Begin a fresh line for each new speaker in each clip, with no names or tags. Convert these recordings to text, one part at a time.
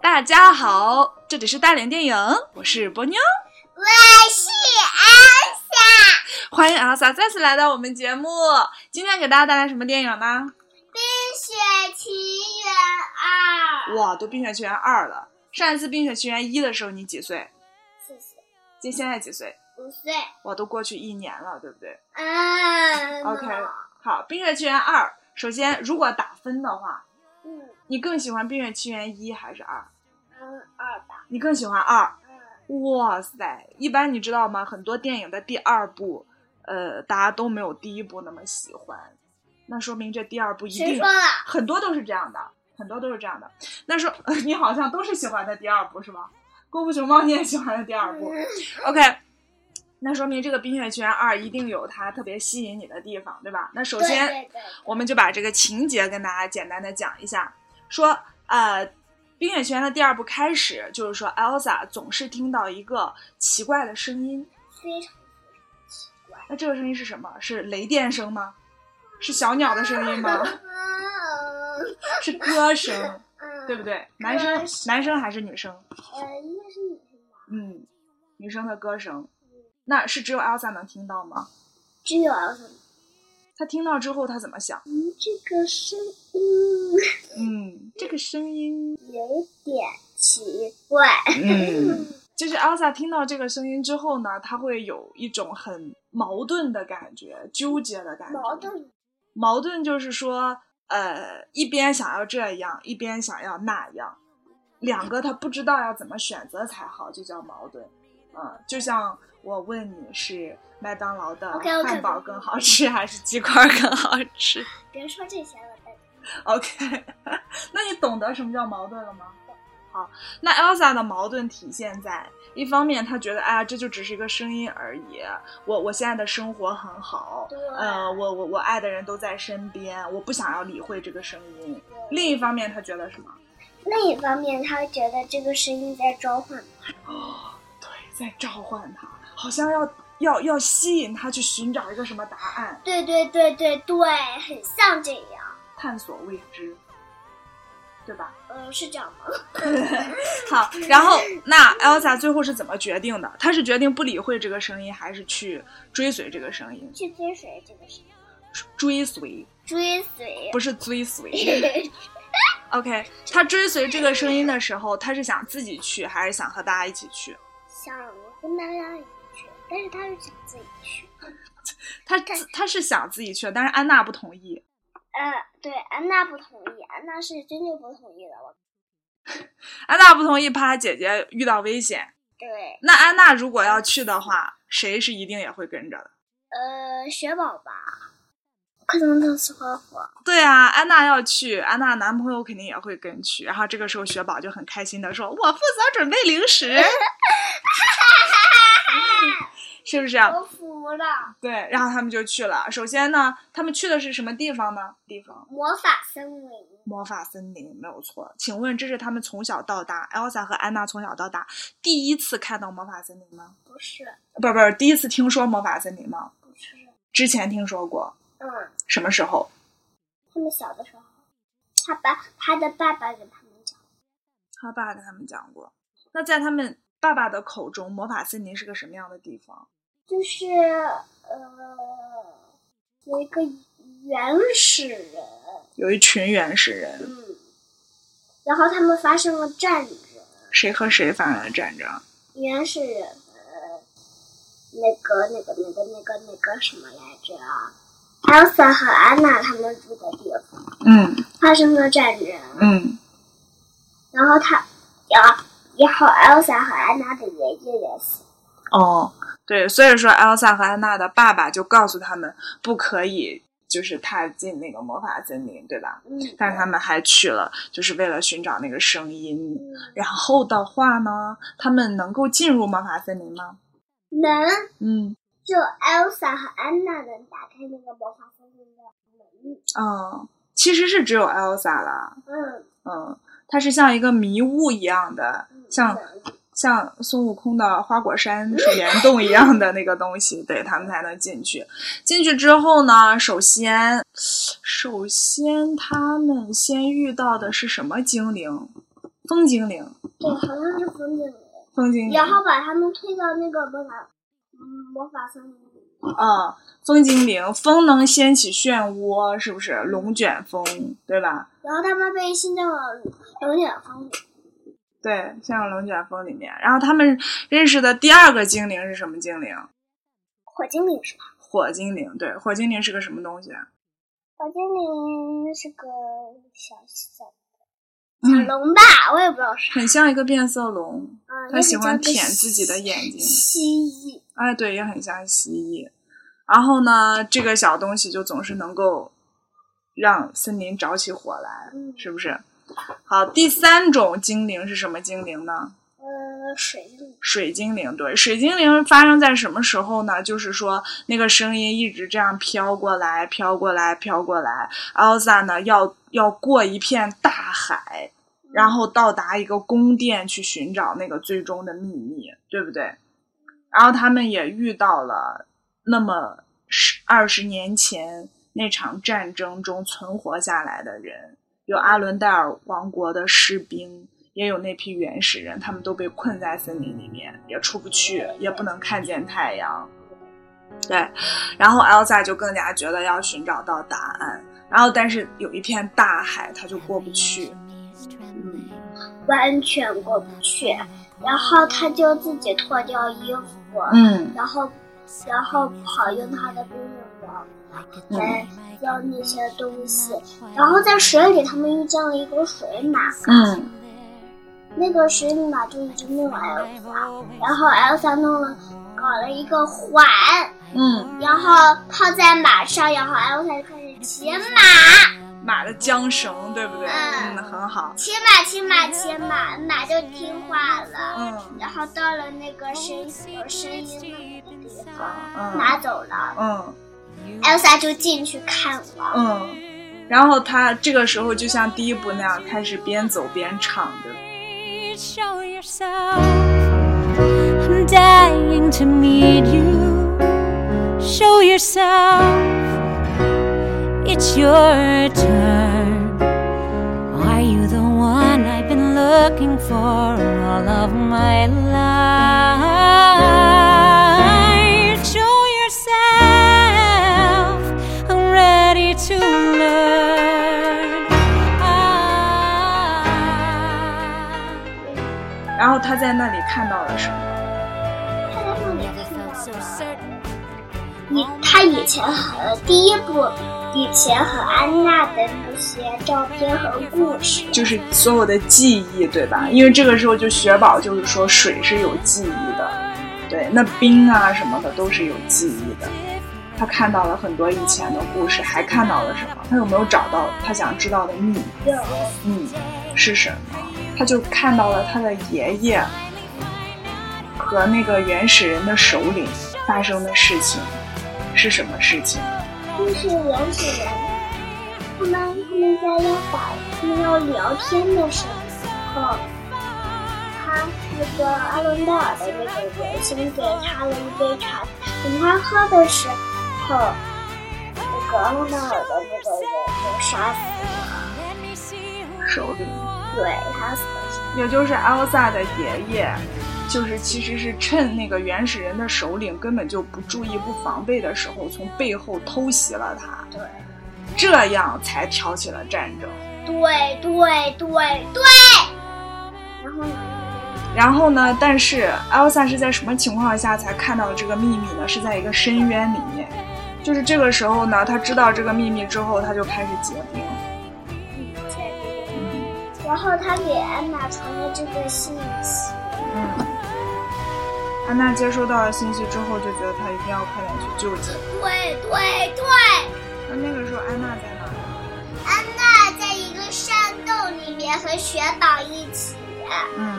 大家好，这里是大连电影，我是波妞，
我是安莎。
欢迎阿萨再次来到我们节目。今天给大家带来什么电影呢？
《冰雪奇缘二》
哇，都《冰雪奇缘二》了。上一次《冰雪奇缘一》的时候你几岁？
谢谢，
今现在几岁？
五岁。
哇，都过去一年了，对不对
嗯
？OK，好，《冰雪奇缘二》。首先，如果打分的话，
嗯
你更喜欢《冰雪奇缘一》还是二？
嗯，二吧。
你更喜欢二？
嗯，
哇塞！一般你知道吗？很多电影的第二部，呃，大家都没有第一部那么喜欢，那说明这第二部一
谁
定
说了？
很多都是这样的，很多都是这样的。那说 你好像都是喜欢的第二部是吧？功夫熊猫你也喜欢的第二 部、
嗯
o k 那说明这个《冰雪奇缘二》一定有它特别吸引你的地方，对吧？那首先，
对对对
我们就把这个情节跟大家简单的讲一下，说呃，《冰雪奇缘》的第二部开始，就是说 Elsa 总是听到一个奇怪的声音，
非常
那这个声音是什么？是雷电声吗？是小鸟的声音吗？
嗯
是歌声，
嗯，
对不？对？男生
歌声
男生还是女生？
呃，应该是女生吧？
嗯，女生的歌声，那是只有 Elsa 能听到吗？
只有儿童。
她听到之后，她怎么想？
嗯，这个声音
嗯，这个声音，
有点奇怪。
嗯。就是 Elsa 听到这个声音之后呢，她会有一种很矛盾的感觉，纠结的感觉。
矛，盾。
矛盾就是说，呃，一边想要这样，一边想要那样，两个她不知道要怎么选择才好，就叫矛盾。嗯，就像我问你是麦当劳的
OK，OK，
汉堡更好吃还是鸡块更好吃
别说这些了，大家。
？OK，那你懂得什么叫矛盾了吗？好，那 Elsa 的矛盾体现在一方面，她觉得哎呀，这就只是一个声音而已，我我现在的生活很好，
对
呃，我我我爱的人都在身边，我不想要理会这个声音。
对
另一方面，她觉得什么？
另一方面，他觉得这个声音在召唤
对，在召唤她，好像要要要吸引她去寻找一个什么答案，
对对对对对，很像这样。
探索未知，对吧？
嗯，是这样吗？
好，然后那 Elsa 最后是怎么决定的？她是决定不理会这个声音，还是去追随这个声音？
去追随这个声音，
追随
追随
不是追随。OK，她追随这个声音的时候，她是想自己去，还是想和大家一起去？
想跟大家一起去，但是他又想自己去。
她自她是想自己去，但是安娜不同意。
呃，对，安娜不同意，安娜是真就不同意的。我
安娜不同意，怕她姐姐遇到危险。
对，
那安娜如果要去的话，谁是一定也会跟着的。
呃，雪宝吧，可能他喜欢我。
对啊，安娜要去，安娜男朋友肯定也会跟去。然后这个时候，雪宝就很开心的说：“我负责准备零食。”是不是啊？
我服了，
对，然后他们就去了。首先呢，他们去的是什么地方呢？地方
魔法森林。
魔法森林没有错。请问这是他们从小到大，Elsa 和安娜从小到大第一次看到魔法森林吗？
不是，
不是不是，第一次听说魔法森林吗？
不是，
之前听说过，
嗯，
什么时候？
他们小的时候，他爸他的爸爸给他们讲。
他爸跟他们讲过。那在他们爸爸的口中，魔法森林是个什么样的地方？
就是呃，有一个原始人，
有一群原始人，
嗯，然后他们发生了战争，
谁和谁发生了战争？
原始人，呃，那个那个那个那个那个什么来着啊？Elsa 和安娜他们住的地方
嗯
发生了战争，
嗯
然后他，然后然后 Elsa 和安娜的爷爷也死，
哦，对，所以说 Elsa 和安娜的爸爸就告诉他们不可以，就是踏进那个魔法森林，对吧？
嗯，
但是他们还去了，就是为了寻找那个声音。
嗯
然后的话呢，他们能够进入魔法森林吗？
能
嗯，
就 Elsa 和安娜能打开那个魔法森林的门，
哦，其实是只有 Elsa 啦。
嗯。
嗯，它是像一个迷雾一样的，像
嗯
像孙悟空的花果 山水帘洞一样的那个东西，对他们才能进去。进去之后呢，首先，首先他们先遇到的是什么精灵？风精灵，
对，好像是风景人，
风经理
然后把他们推到那个魔法，嗯，魔法森林里。
啊，风精灵，风能掀起漩涡，是不是？龙卷风，对吧？
然后他们被吸到了龙卷风里，
对，陷入龙卷风里面。然后他们认识的第二个精灵是什么精灵？
火精灵是吧？
火精灵，对，火精灵是个什么东西？啊
火精灵是个小小小
嗯，
龙吧，我也不知道啥。
很像一个变色龙，
嗯，
它
也
喜
比
欢
较的
舔自己的眼睛。
蜥蜴。
哎，对，也很像蜥蜴。然后呢，这个小东西就总是能够让森林着起火来，
嗯
是不是？好，第三种精灵是什么精灵呢？
呃，水精灵。
水精灵，对，水精灵发生在什么时候呢？就是说那个声音一直这样飘过来，飘过来，飘过来。奥萨呢，要要过一片大海，然后到达一个宫殿去寻找那个最终的秘密，对不对？然后他们也遇到了那么十二十年前那场战争中存活下来的人，有阿伦戴尔王国的士兵，也有那批原始人，他们都被困在森林里面，也出不去，也不能看见太阳。对，然后 Elsa 就更加觉得要寻找到答案，然后但是有一片大海，她就过不去。嗯，
完全过不去，然后他就自己脱掉衣服，
嗯，
然后然后跑用他的冰冷网
嗯
来扔那些东西，然后在水里他们遇见了一个水马，
嗯，
那个水马就一直弄 Elsa，然后 Elsa 弄了搞了一个环，
嗯，
然后套在马上，然后 Elsa 就开始骑马，
马的缰绳，对不对？
嗯
嗯，很好。
骑马骑马骑马，马就听话了。
嗯
然后到了那个声有声音的那个地方，
嗯
拿走了。
嗯
Elsa 就进去看了，
嗯，然后他这个时候就像第一部那样，开始边走边唱，对不对？
Show yourself. I'm dying to meet you. Show yourself. It's your turn. Are you the one I've been looking for all of my life? Show yourself. I'm ready to learn. I
然后他在那里看到了什么？
看到上面
never
看
felt
到
so
了。
certain.
以他以前和第一部以前和安娜的那些照片和故事，
就是所有的记忆，对吧？因为这个时候就雪宝就是说水是有记忆的，对，那冰啊什么的都是有记忆的。他看到了很多以前的故事，还看到了什么？他有没有找到他想知道的秘密？
有
嗯，是什么？他就看到了他的爷爷和那个原始人的首领发生的事情是什么事情？
就是原始人，他们他们在要打他们要聊天的时候，他那个阿伦戴尔的那个人先给他了一杯茶，等他喝的时候，那个阿伦戴尔的那个人就杀死了，
Let me see who
首领。
对他死了，
也就是 Elsa 的爷爷，就是其实是趁那个原始人的首领根本就不注意、不防备的时候，从背后偷袭了他，
对
这样才挑起了战争。
对对对对，然后呢？
然后呢，但是 Elsa 是在什么情况下才看到这个秘密呢？是在一个深渊里面，就是这个时候呢，她知道这个秘密之后，她就开始结冰。
然后他给安娜传了这个信息，
嗯，安娜接收到了信息之后，就觉得她一定要快点去救济。
对对对，
那那个时候安娜在哪儿？
安娜在一个山洞里面和雪宝一起，
嗯，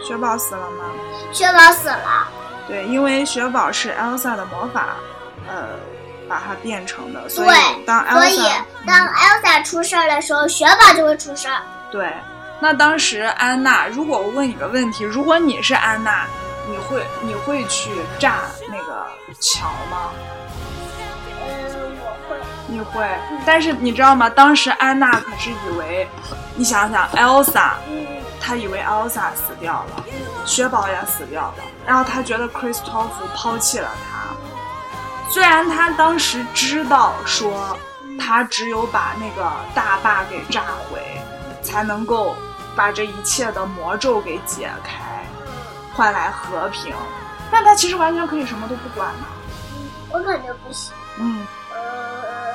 雪宝死了吗？
雪宝死了，
对，因为雪宝是 Elsa 的魔法，呃，把它变成的，所以
对
当
所以
Elsa，嗯
当 Elsa 出事儿的时候，雪宝就会出事儿。
对，那当时安娜，如果我问你个问题，如果你是安娜，你会你会去炸那个桥吗？
嗯，我会，
你聚会。但是你知道吗？当时安娜可是以为，你想想，Elsa，
嗯，
她以为 Elsa 死掉了，雪宝也死掉了，然后她觉得 Kristoff 抛弃了她。虽然她当时知道说，她只有把那个大坝给炸毁，才能够把这一切的魔咒给解开，换来和平。但她其实完全可以什么都不管嘛。
我感觉不行，
嗯，
呃，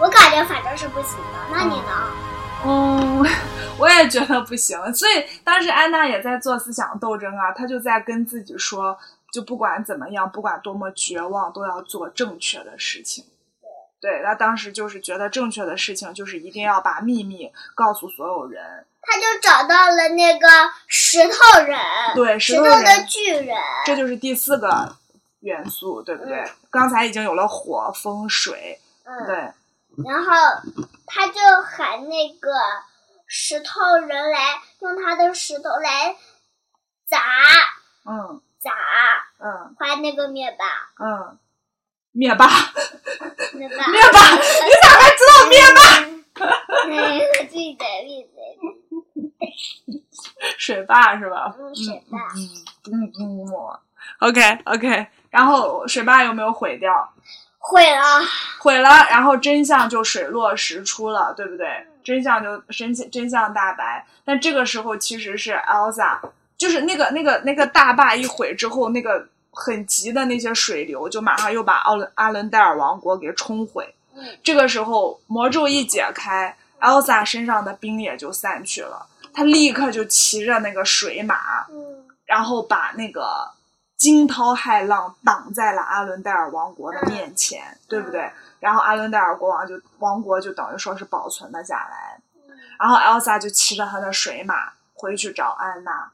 我感觉反正是不行的。那你呢？
嗯，我也觉得不行，所以当时安娜也在做思想斗争啊，她就在跟自己说，就不管怎么样，不管多么绝望，都要做正确的事情。对，她当时就是觉得正确的事情就是一定要把秘密告诉所有人。
他就找到了那个石头人，
对，石
石
头
头
人，
的巨人，
这就是第四个元素，对不对？
嗯
刚才已经有了火、风、水，
嗯，
对，
然后他就喊那个石头人来用他的石头来砸
嗯
砸
嗯
花那个灭霸，
嗯，灭霸，
灭霸，
灭霸，你咋还知道灭霸？
嗯，闭嘴闭嘴，
水坝是吧？
嗯，水爸。
嗯嗯嗯，OK OK，然后水坝有没有毁掉？
会了，
毁了，然后真相就水落石出了，对不对？真相就真相真相大白。但这个时候其实是 Elsa，就是那个那个那个大坝一毁之后，那个很急的那些水流就马上又把奥伦阿伦戴尔王国给冲毁
嗯。
这个时候魔咒一解开，Elsa 身上的冰也就散去了，她立刻就骑着那个水马，
嗯，
然后把那个惊涛骇浪挡在了阿伦戴尔王国的面前，对不对？然后阿伦戴尔国王就王国就等于说是保存了下来，然后 Elsa 就骑着她的水马回去找安娜，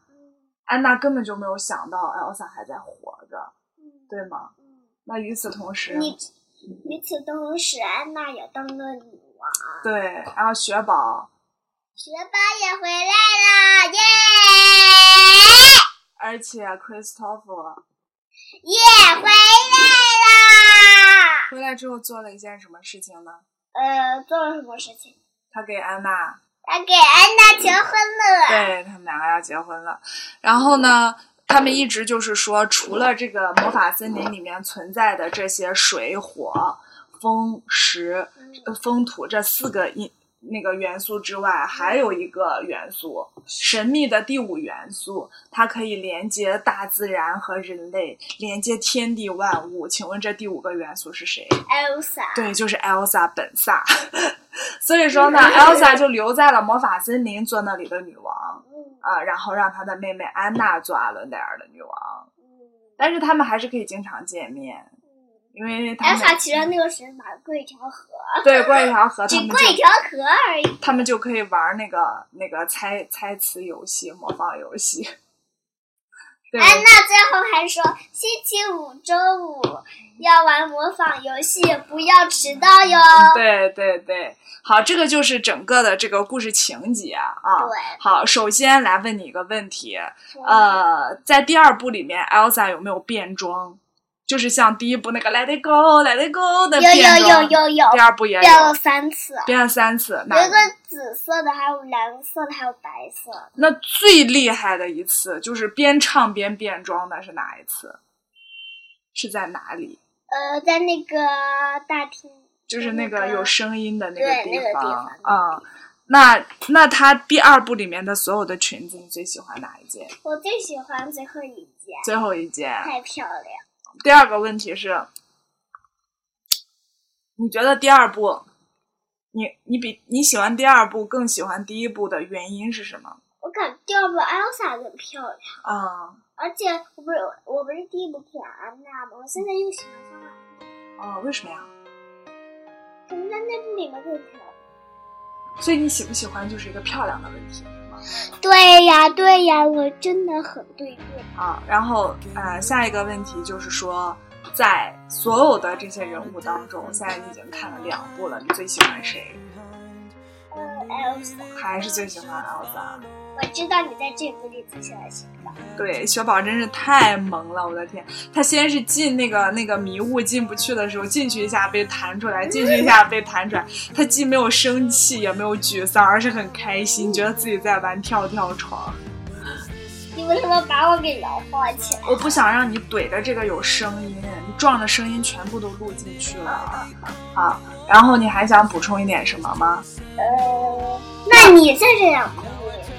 安娜根本就没有想到 Elsa 还在活着，对吗？那与此同时，
你与此同时，安娜也当了女王，
对，然后雪宝
学霸也回来了，耶
而且 Christopher
耶，回来啦！
回来之后做了一件什么事情呢？
呃，做了什么事情？
他给安娜
他给安娜求婚了。
对他们两个要结婚了。然后呢，他们一直就是说，除了这个魔法森林里面存在的这些水、火、风、石、
嗯
呃风、土这四个因那个元素之外，还有一个元素，神秘的第五元素，它可以连接大自然和人类，连接天地万物。请问这第五个元素是谁？
Elsa，
对，就是 Elsa 本萨。 所以说呢，Elsa 就留在了魔法森林做那里的女王
嗯
啊、然后让她的妹妹安娜做阿伦戴尔的女王。
嗯
但是他们还是可以经常见面，因为他们
，Elsa 骑着那个神马过一条河，
对过一条河，他
只
们
过一
就
条河而已。
他们就可以玩那个那个猜猜词游戏、模仿游戏。对，
安娜最后还说，星期五周五要玩模仿游戏，不要迟到哟。
对对对，好，这个就是整个的这个故事情节啊。
对
好，首先来问你一个问题，呃，在第二部里面，Elsa 有没有变装？就是像第一部那个 Let It Go，Let It Go 的
有
变装。
有有有有，
第二部也
掉了
有，
三次，
变了三次。
有
那
一个紫色的，还有蓝色的，还有白色的。
那最厉害的一次，就是边唱边变装的是哪一次？是在哪里？
呃，在那个大厅，
就是那个有声音的那
对
个
那个地
方
方
啊、那那她第二部里面的所有的裙子，你最喜欢哪一件？
我最喜欢最后一件，
最后一件。
太漂亮。
第二个问题是，你觉得第二部，你你比你喜欢第二部更喜欢第一部的原因是什么？
我感觉第二部 Elsa 更漂亮，
啊、
而且我不是我不是第一部喜欢安娜吗？我现在又喜欢上了，
哦，为什么呀？
可能在那部里面更漂亮。
所以你喜不喜欢就是一个漂亮的问题
对呀对呀，我真的很对对。
啊。然后呃，下一个问题就是说，在所有的这些人物当中，现在你已经看了两部了，你最喜欢谁？
呃， Elsa。
还是最喜欢 Elsa。
我知道你在这部里最喜欢谁了，
对，雪宝真是太萌了，我的天！他先是进那个那个迷雾进不去的时候，进去一下被弹出来，进去一下被弹出来。他既没有生气，也没有沮丧，而是很开心，觉得自己在玩跳跳床。
你为什么把我给摇晃起来？
我不想让你怼着这个有声音，你撞的声音全部都录进去了。好，然后你还想补充一点什么吗？
呃，那你再这样吧，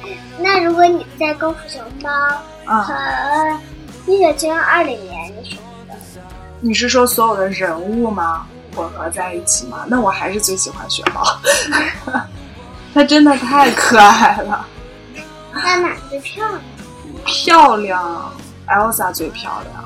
你那如果你在《功夫熊猫》和
啊，
《一九七二》里面，你选一个？
你是说所有的人物吗？混合在一起吗？那我还是最喜欢雪宝， 她真的太可爱了。
那哪个最漂亮
漂亮，Elsa 最漂亮。